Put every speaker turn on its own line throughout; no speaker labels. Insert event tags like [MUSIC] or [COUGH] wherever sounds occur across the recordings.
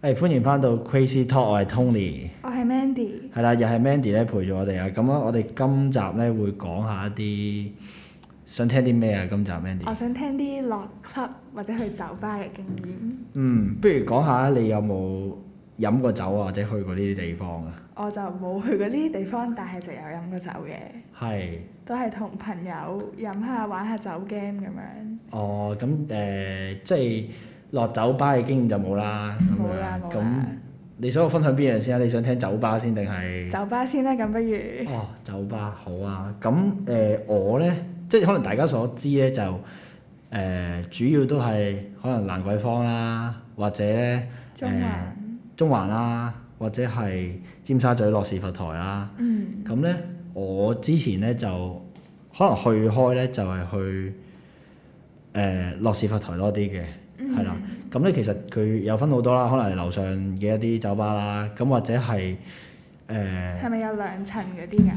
誒歡迎翻到 Crazy Talk，我係 Tony，
我係 Mandy，
係啦，又係 Mandy 咧陪住我哋啊。咁啊，我哋今集咧會講下一啲想聽啲咩啊？今集 Mandy，
我想聽啲落 club 或者去酒吧嘅經驗。
嗯，不如講下你有冇飲過酒啊，或者去過呢啲地方啊？
我就冇去過呢啲地方，但係就有飲過酒嘅，
係，
都係同朋友飲下玩下酒 game 咁樣。
哦，咁誒、即係落酒吧嘅經驗就冇啦，咁
冇啦
樣。
冇
咁
啦
你想我分享邊樣先啊？你想聽酒吧先定係？
酒吧先啦，咁不如
哦，酒吧好啊！咁誒、呃我咧，即係可能大家所知咧，就誒、呃主要都係可能蘭桂坊啦，或者咧誒、
中
呃
環。
中環啦，或者係尖沙咀樂士佛台啦。
嗯，
咁咧，我之前咧就可能去開咧，就係、去誒樂士佛台多啲嘅，
嗯
係啦、咁咧其實佢有分好多啦，可能係樓上嘅一啲酒吧啦，咁或者係誒。呃
係咪有兩層嗰啲㗎？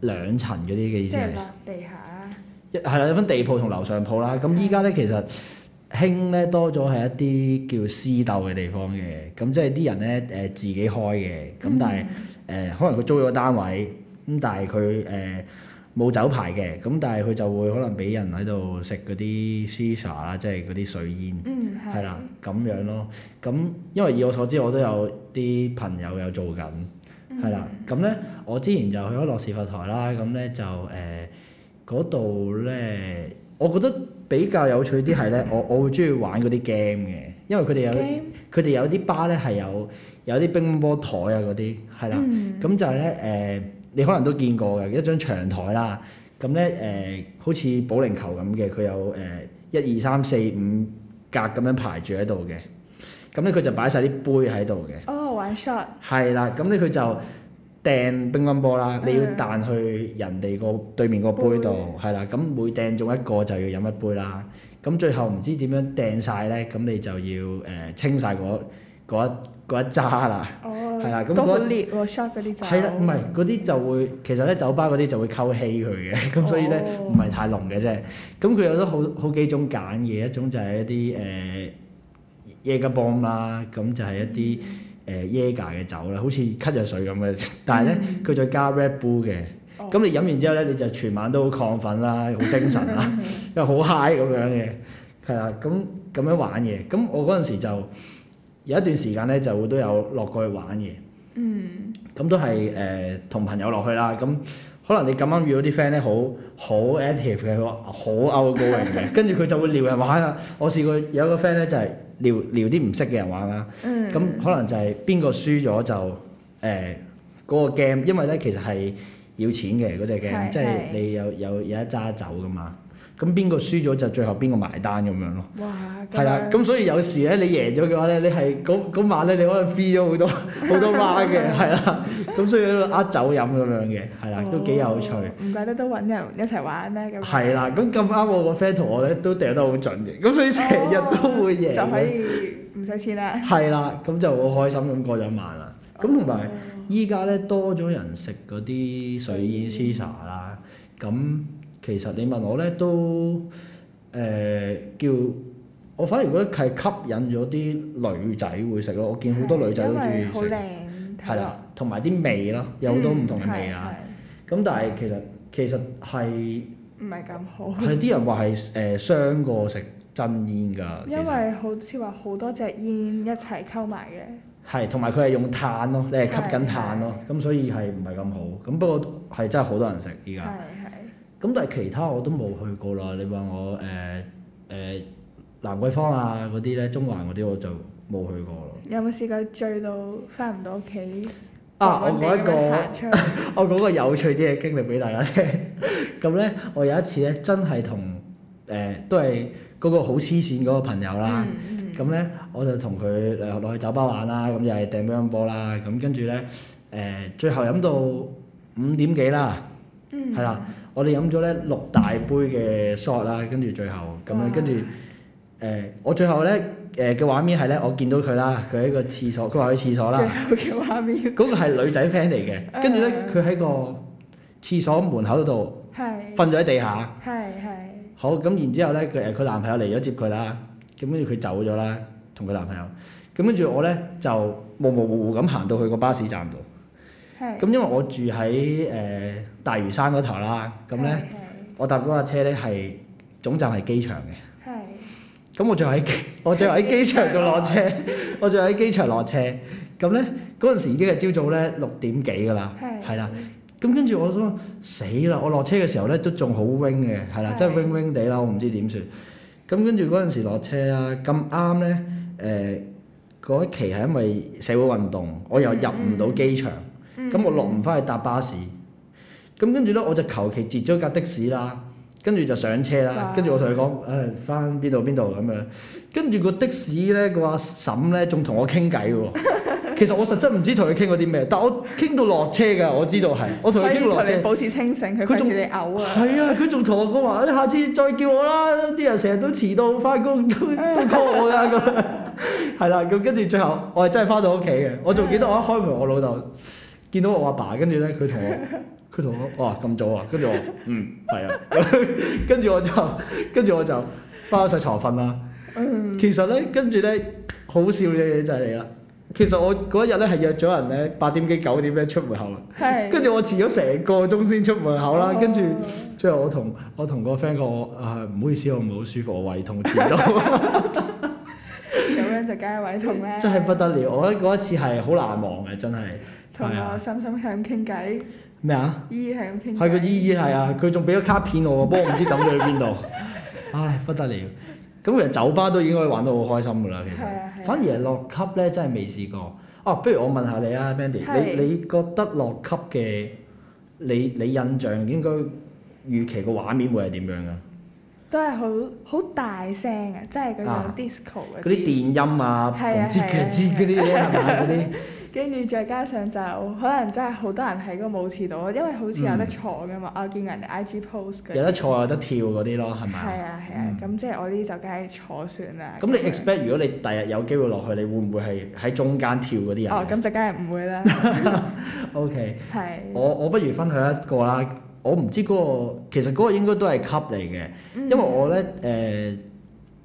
兩層嗰啲嘅意
即
思係
係，落地下。
一係啦，有分地鋪同樓上鋪啦。咁依家咧其實興咧多咗係一啲叫私鬥嘅地方嘅，咁即係啲人咧誒自己開嘅，咁但係誒、可能佢租咗個單位，咁但係佢誒冇酒牌嘅，咁但係佢就會可能俾人喺度食嗰啲 shisha 啦，即係嗰啲水煙。
嗯，
係
係
啦。，咁樣咯。咁因為以我所知，我都有啲朋友有做緊，
嗯
係啦。咁咧，我之前就去咗樂士佛台啦。咁咧就誒嗰度咧，我覺得比較有趣啲係咧，我我會中意玩嗰啲 game 嘅，因為佢哋有
嗯 Game？
佢哋有啲巴咧係有有啲乒乓波台啊嗰啲，係啦。
嗯
咁就係咧誒，你可能都見過嘅一張長台啦。咁咧誒，好似保齡球咁嘅，佢有誒一二三四五格咁樣排住喺度嘅。咁咧佢就擺晒啲杯喺度嘅。
哦，玩 shot。
係啦，咁咧佢就掟乒乓波啦，
嗯
你要彈去人哋個對面個杯度，係啦，咁每掟中一個就要飲一杯啦。咁最後唔知點樣掟晒咧，咁你就要誒、呃清晒嗰嗰一嗰一揸啦。
哦，
係啦咁
都好
嗰
烈喎，shot 嗰啲酒。
係啦，唔係嗰啲就會，其實咧酒吧嗰啲就會溝氣佢嘅， [LAUGHS] 咁所以咧
哦
唔係太濃嘅啫。咁佢有得好好幾種揀嘅，一種就係一啲誒耶加bomb 啦，咁就係一啲
嗯
誒耶加嘅酒啦，好似咳藥水咁嘅， [LAUGHS] 但係咧佢再加 Red Bull 嘅。
嗯哦
咁你飲完之後咧，你就全晚都好亢奮啦，好精神啦，
[LAUGHS]
又好 high 咁樣嘅，係啦，咁咁樣玩嘅。咁我嗰陣時就有一段時間咧，就會都有落過去玩嘅。
嗯，
咁都係誒同朋友落去啦。咁可能你咁啱遇到啲 friend 咧，好好 active 嘅，好 outgoing
[LAUGHS]
嘅，跟住佢就會撩人玩啦。我試過有一個 friend 咧就係撩撩啲唔識嘅人玩啦。
嗯
咁可能就係邊個輸咗就誒嗰個 game，因為咧其實係要錢嘅嗰只 game，
係
即係
係
你有有有一揸走噶嘛。咁邊個輸咗就最後邊個埋單咁樣咯。
哇，
係啦，咁所以有時咧，你贏咗嘅話咧，你係嗰嗰晚咧，你可能 free 咗好
[LAUGHS]
多好多 round 嘅，係啦，咁所以喺度呃酒飲咁樣嘅，係啦，都幾有趣。
哦唔怪得都揾人一齊玩啦，咁樣
係 [LAUGHS] 啦，咁咁啱我個 friend 同我咧都掉得好準嘅，咁所以成日都會贏
哦就可
嘅。
以唔使錢啦。
係啦，咁就好開心咁過咗一晚啦。咁同埋依家咧多咗人食嗰啲水煙 shisha 啦，咁其實你問我咧都誒、叫，我反而覺得係吸引咗啲女仔會食咯。我見好多女仔都中
因為
意
好
食，
靚，
係啦，同埋啲味咯，有好多唔同嘅味
嗯
啊。，
係
咁、但係其實其實係
係唔係咁好，
係啲人話係誒傷過食真煙㗎，其
因
實
為好似話好多隻煙一齊溝埋嘅，
係，同埋佢係用碳咯，你係吸緊碳咯，咁所以係唔係咁好？咁不過係真係好多人食依
係
家。
係
咁但係其他我都冇去過啦。你話我誒誒蘭桂坊啊嗰啲咧，中環嗰啲我就冇去過咯。
有冇試過醉到翻唔到屋企？
啊
暈暈
我講一個
地咁樣行出去
[LAUGHS] 我講個有趣啲嘅經歷俾大家聽。 [LAUGHS] 咁咧，我有一次咧，真係同誒都係嗰個好黐線嗰個朋友啦。
嗯
咁咧，我就同佢誒落去酒吧玩啦，咁又係掟乒乓波啦，咁跟住咧誒，最後飲到五點幾啦，
嗯
係啦，我哋飲咗咧六大杯嘅 shot 啦，跟住最後咁
哇
樣，跟住誒，我最後咧誒嘅畫面係咧，我見到佢啦，佢喺個廁所，佢話去廁所啦，
最後嘅畫面
嗰個係女仔 friend 嚟
[LAUGHS]
嘅，跟住咧佢喺個廁所門口度
係
瞓咗喺地下。
係係
呃好咁，然之後咧，佢誒佢男朋友嚟咗接佢啦，咁跟住佢走咗啦，同佢男朋友。咁跟住我咧就模模糊糊咁行到去個巴士站度。
係
咁因為我住喺誒、呃大嶼山嗰頭啦，咁咧我搭嗰架車咧係總站係機場嘅。
係係
咁我最後喺
嗯
機我最後喺機場度落
[LAUGHS]
車，我最後喺機場落車。咁咧嗰陣時已經係朝早咧六點幾㗎啦，
係
啊係啦。咁跟住我都話死啦！我落車嘅時候咧都仲好 wing 嘅，係啦，
係
真係 wing wing 地啦，我唔知點算。咁跟住嗰陣時落車啊，咁啱咧誒。嗰一期係因為社會運動，我又入唔到機場，咁、
嗯
我落唔翻去搭巴士，咁跟住咧我就求其截咗架的士啦，跟住就上車啦
哇，
跟住我同佢講誒翻邊度邊度咁樣，跟住個的士咧個阿嬸咧仲同我傾偈
[LAUGHS]
喎，其實我實質唔知同佢傾過啲咩，但我傾到落車㗎，我知道係，我同佢傾到落
可以
車
同你。保持清醒，佢
佢
費
仲
事你嘔啊！
係啊，佢仲同我講話，你下次再叫我啦，啲人成日都遲到翻工都都 call 我㗎咁樣。係啦，咁跟住最後我係真係翻到屋企嘅，我仲記得我一開門，我老豆見到我阿爸，跟住咧佢同我。佢同我講：哇咁早啊！跟住我，嗯，係啊。 [LAUGHS] 跟住我就，跟住我就翻晒床瞓啦。其實咧，跟住咧，好笑嘅嘢就係嚟啦。其實我嗰一日咧係約咗人咧八點幾九點咧出門口啦。[LAUGHS]
係
跟住我遲咗成個鐘先出門口啦，跟住
哦
最後我同我同個 friend 講我啊唔好意思，我唔係好舒服，我胃痛全到，
[LAUGHS] 咁樣就梗係胃痛啦。
真係不得了！我覺得嗰一次係好難忘嘅，真係
同
係啊
我心心係咁傾偈，
咩啊？
姨係咁傾偈。
係個姨姨係啊，佢仲俾咗卡片
[LAUGHS]
我，不過我唔知抌咗去邊度，唉不得了！咁其實酒吧都已經可以玩到好開心㗎啦，其
係啊係啊
實反而係落級咧真係未試過。哦、不如我問下你啊，Mandy，
係
你你覺得落級嘅你你印象應該預期個畫面會係點樣㗎？啊
都係好好大聲啊！即係嗰
啊
種 disco
嗰啲電音啊，
係啊
唔知
係
嘅
啊
知嗰啲嘢係咪嗰啲？
跟住再加上就可能真係好多人喺個舞池度，因為好似有得坐噶嘛，我見人哋 IG post 嘅。
嗯有得坐有得跳嗰啲咯，係咪
係
啊？
啊係啊，咁即係我呢就梗係坐算啦。
咁你
樣
expect 如果你第日有機會落去，你會唔會係喺中間跳嗰啲人
哦，
啊
咁就梗係唔
[LAUGHS]
會啦，
？O K，
係。
我我不如分享一個啦。我唔知嗰、個其實嗰個應該都係級嚟嘅，
嗯
因為我咧誒、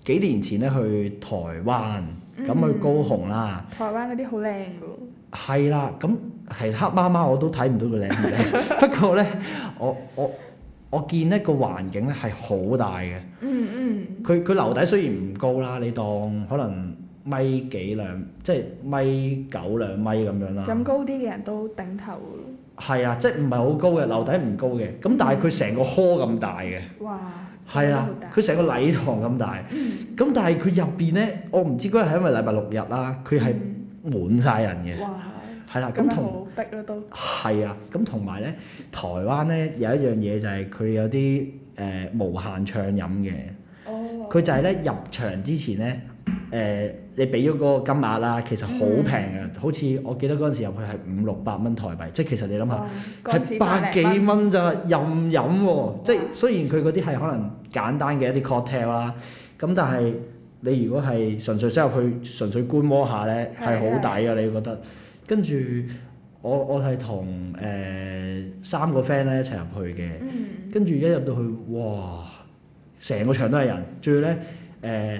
幾年前咧去台灣，咁去高雄啦，
嗯台灣嗰啲好靚噶喎，
係啦，咁係黑媽媽我都睇唔到佢靚唔靚， [LAUGHS] 不過咧我我我見呢個環境咧係好大嘅。
嗯嗯，
佢佢樓底雖然唔高啦，你當可能米幾兩，即係米九兩米咁樣
咁
啦。
高啲嘅人都頂頭㗎
係啊，即係唔係好高嘅，樓底唔高嘅。咁但係佢成個殼咁大嘅，
喎哇！
係啊
好大，
佢成個禮堂咁大。咁但係佢入邊咧，我唔知嗰日係因為禮拜六日啦，佢係滿晒人嘅。
嗯哇，
係啦，
咁
咁
樣
同
好逼啦都，
係啊，咁同埋咧，台灣咧有一樣嘢就係佢有啲誒、呃、無限暢飲嘅。
哦，
佢就係咧入場之前咧，誒、你俾咗嗰個金額啦，其實好
嗯
平嘅，好似我記得嗰陣時入去係五六百蚊台幣，即係其實你諗下
哇
係百幾，蚊咋任飲喎，即係雖然佢嗰啲係可能簡單嘅一啲 cocktail 啦，咁但係你如果係純粹想入去純粹觀摩下咧，
係
係好抵啊嘅，你會覺得。跟住我我係同誒三個 friend 咧一齊入去嘅。
港紙百零蚊
跟
嗯，
住一入到去，哇！成個場都係人，仲要咧誒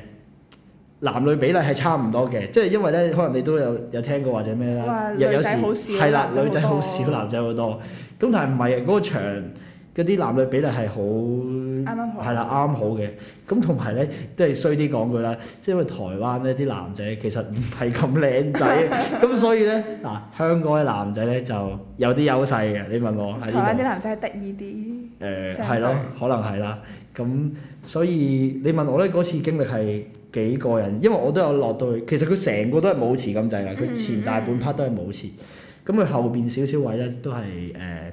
男女比例係差唔多嘅，即係因為咧可能你都有有聽過或者咩啦
哇，
有有
女
時
仔好少
係啦，
男仔
女仔好
好多
少，男仔好多。咁但係唔係嘅，嗰、個場嗰啲男女比例係好
啱啱好，
係啦啱好嘅。咁同埋咧都係衰啲講句啦，即係因為台灣咧啲男仔其實唔係咁靚
[LAUGHS]
仔，咁所以咧嗱香港嘅男仔咧就有啲優勢嘅。你問我喺
台
呢度
灣。啲男仔係得意啲，
誒
相
係咯
對，
可能係啦。咁所以你問我咧，嗰次經歷係幾個人，因為我都有落到去，其實佢成個都係舞池咁滯啦，佢
嗯
前大半 part 都係舞池，咁佢後邊少少位咧都係誒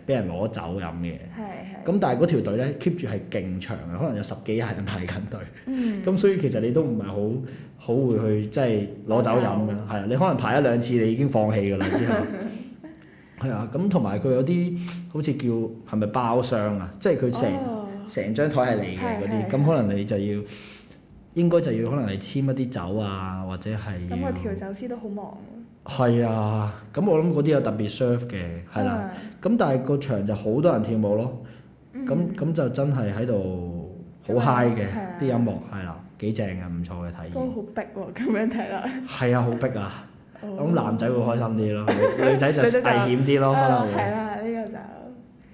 俾人攞酒飲嘅。
係係，
咁但係嗰條隊咧 keep 住係勁長嘅，可能有十幾人排緊隊。
嗯，
咁所以其實你都唔係好好會去即係攞酒飲嘅，係啊！你可能排一兩次你已經放
[LAUGHS]
棄㗎啦，之後係啊，咁同埋佢有啲好似叫係咪包廂啊？即係佢成
哦
成張台係你嘅嗰啲，
係係
咁可能你就要應該就要可能係簽一啲酒啊，或者係
咁個
要
調酒師都好忙
係啊，咁我諗嗰啲有特別 serve 嘅，
喎，
係啦，咁但係個場就好多人跳舞咯，
嗯，
咁咁就真係喺度好
咁啊
high 嘅
係啊
啲音樂係啦，幾正嘅，唔錯嘅體
嗯都
驗。
好逼喎，咁樣睇啦。
係啊，好逼啊！
哦
咁男仔會開心啲咯，女女仔就
[LAUGHS] 女
危
仔就
險啲咯，可
啊
能會
係啦，呢個就。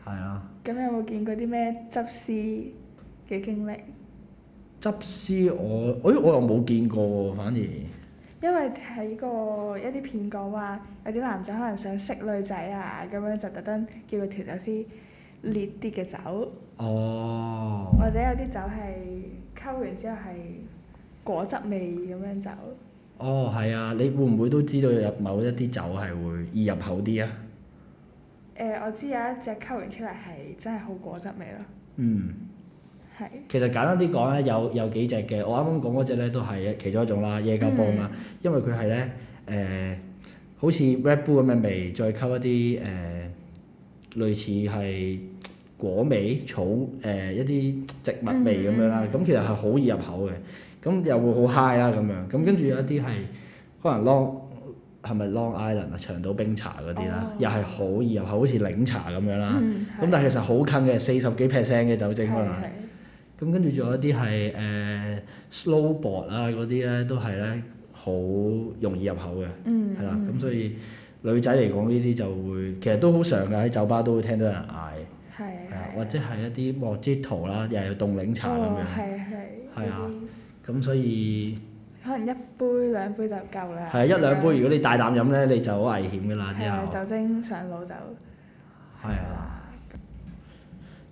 係啊。
咁有冇見過啲咩執屍嘅經歷？
執屍我，誒我又冇見過喎，反而
因為睇過一啲片講話，有啲男仔可能想識女仔啊，咁樣就特登叫佢調酒師烈啲嘅酒，
哦，
或者有啲酒係溝完之後係果汁味咁樣酒。
哦係啊，你會唔會都知道有某一啲酒係會易入口啲啊？
誒、我知有一隻溝完出嚟係真係好果汁味咯，
嗯。
係
其實簡單啲講咧，有有幾隻嘅，我啱啱講嗰只咧都係其中一種啦，野狗幫
嗯
啦，因為佢係咧誒，好似 Red Bull 咁嘅味，再溝一啲誒、呃、類似係果味草誒、呃一啲植物味咁樣
嗯
啦，咁、其實係好易入口嘅，咁又會好 high 啦咁樣，咁
嗯
跟住有一啲係可能 Long 係咪 Long Island 啊長島冰茶嗰啲啦
哦，
又係好易入口，好似檸茶咁樣啦，
嗯
咁、但係其實好近嘅，四十幾 percent 嘅酒精可能係啊
係。
咁跟住仲有一啲係誒 slowboard 啊嗰啲咧，都係咧好容易入口嘅，
嗯
係啦、咁所以女仔嚟講呢啲就會其實都好常㗎，喺酒吧都會聽到有人嗌，
係
係啊，
係
或者係一啲 mojito 啦，又係凍檸茶咁
哦
樣，
係係
係啊
呢啲
咁所以
可能一杯兩杯就夠啦。
係一兩
咁樣
杯，如果你大膽飲咧，你就好危險㗎啦之
啊係啊，
後，
酒精上腦就
係啊。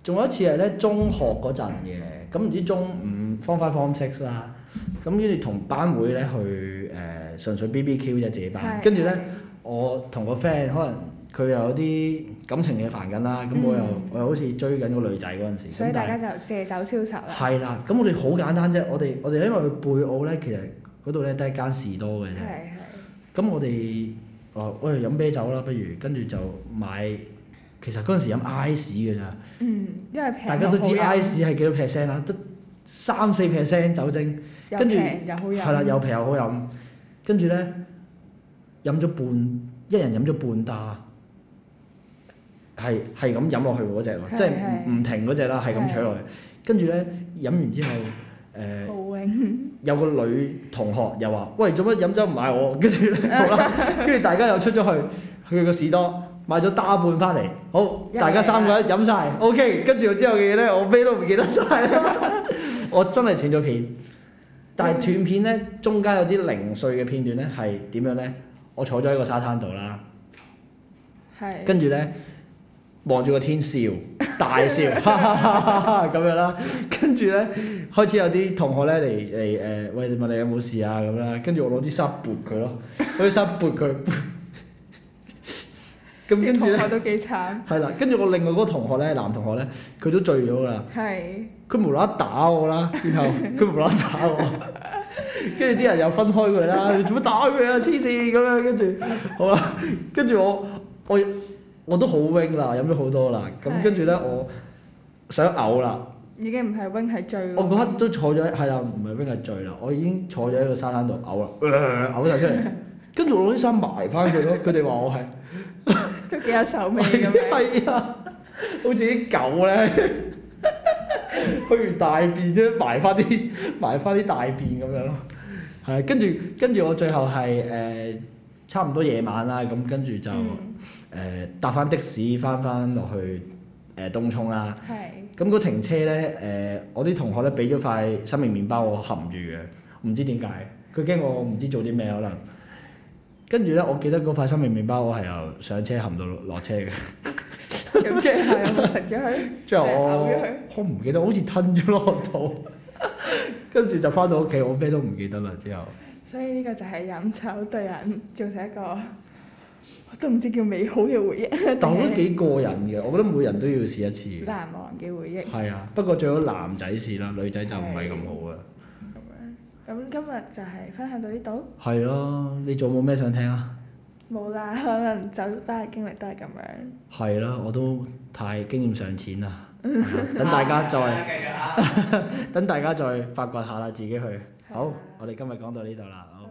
仲有一次係咧中學嗰陣嘅，咁唔知中五 form five form six 啦，咁跟住同班會咧去誒、呃、純粹 BBQ 啫，自己班，跟住咧。我同個 friend 可能佢又有啲感情嘢煩緊啦，咁我又
嗯
我又好似追緊個女仔嗰陣時，
所
咁
以大
但係
家就借酒消愁啦。
係啦，咁我哋好簡單啫，我哋我哋因為去貝澳咧，其實嗰度咧都係啊間士多嘅啫，
係係，
咁我哋哦喂飲啤酒啦，不如跟住就買，其實嗰陣時飲 ice 嘅咋，
嗯，因為平
大家都知
又好飲
ice 係幾多 percent 啦，得三四 percent 酒精。
又
跟住
平又好飲，
係啦，又平又好飲。跟住咧，飲咗半，一人飲咗半打，係係咁飲落去嗰只喎，
係
即係
係
唔唔停嗰只啦，係咁取落去。跟住咧，飲完之後，呃誒、
好永
有個女同學又話：喂，做乜飲酒唔買我？跟住 [LAUGHS] 咧，好啦，跟住大家又出咗去，去個士多。買咗打半翻嚟，好，
又
大家
嚟
三個
啦
人飲晒 o k 跟住之後嘅嘢咧，我咩都唔記得晒 [LAUGHS] 啦，我真係斷咗片。但係斷片咧，中間有啲零碎嘅片段咧，係點樣咧？我坐咗喺個沙灘度啦，
係
跟住咧望住個天笑，大
[LAUGHS]
笑，哈哈哈哈哈咁樣啦。跟住咧開始有啲同學咧嚟嚟誒，喂問你有冇事啊咁啦。跟住我攞啲沙撥佢咯，攞啲沙撥
[LAUGHS]
佢。咁
啲
跟住
同
咧
學都幾慘，
係啦，跟住我另外嗰個同學咧，男同學咧，佢都醉咗㗎啦。
係
佢無啦啦打我啦，然後佢無啦啦打我，跟住啲人又分開佢啦，你做乜打佢啊？黐線咁樣，跟住好啦，跟住我我我都好 wing 啦，飲咗好多啦，咁
係
跟住咧我想嘔啦，
已經唔係 wing 係醉
我
咯。
嗰刻都坐咗喺係啦，啊唔係 wing 係醉啦，我已經坐咗喺個沙灘度嘔啦，呃嘔晒出嚟，跟住我攞啲衫埋翻佢咯，佢哋話我係。
都幾有手尾咁樣。
[LAUGHS] 係啊，好似啲狗咧， [LAUGHS] 去完大便咧埋翻啲 [LAUGHS] 埋翻啲大便咁樣咯。係啊，跟住跟住我最後係誒、呃差唔多夜晚啦，咁跟住就誒、
嗯
呃搭翻的士翻翻落去誒、呃、東涌啦。
係
咁嗰程車咧誒、呃我啲同學咧俾咗塊生命麵包我含住嘅，唔知點解，佢驚我唔知做啲咩可能。跟住咧，我記得嗰塊生命麵包我係由上車含到落落車嘅。
咁即係我食咗佢，
之後
你嘔咗
我
佢
我唔記得，好似吞咗落肚，
[LAUGHS]
跟住就翻到屋企，我咩都唔記得啦。之
[LAUGHS]
後
所以呢個就係飲酒對人造成一個我都唔知叫美好嘅回憶，
但我
定
覺得幾過癮嘅，我覺得每人都要試一次
[LAUGHS] 係
嘅。
難忘嘅回憶。
係啊，不過最好男仔試啦，女仔就唔係咁好啊。
咁今日就係分享到呢度。
係咯，你仲有冇咩想聽啊？
冇啦，可能酒吧嘅經歷都係咁樣。
係啦，我都太經驗尚淺
[LAUGHS]
啦。等大家
[LAUGHS]
再
繼續啊！
[LAUGHS] 等大家再發掘下啦，自己去。好
係啊，
我哋今日講到呢度啦。好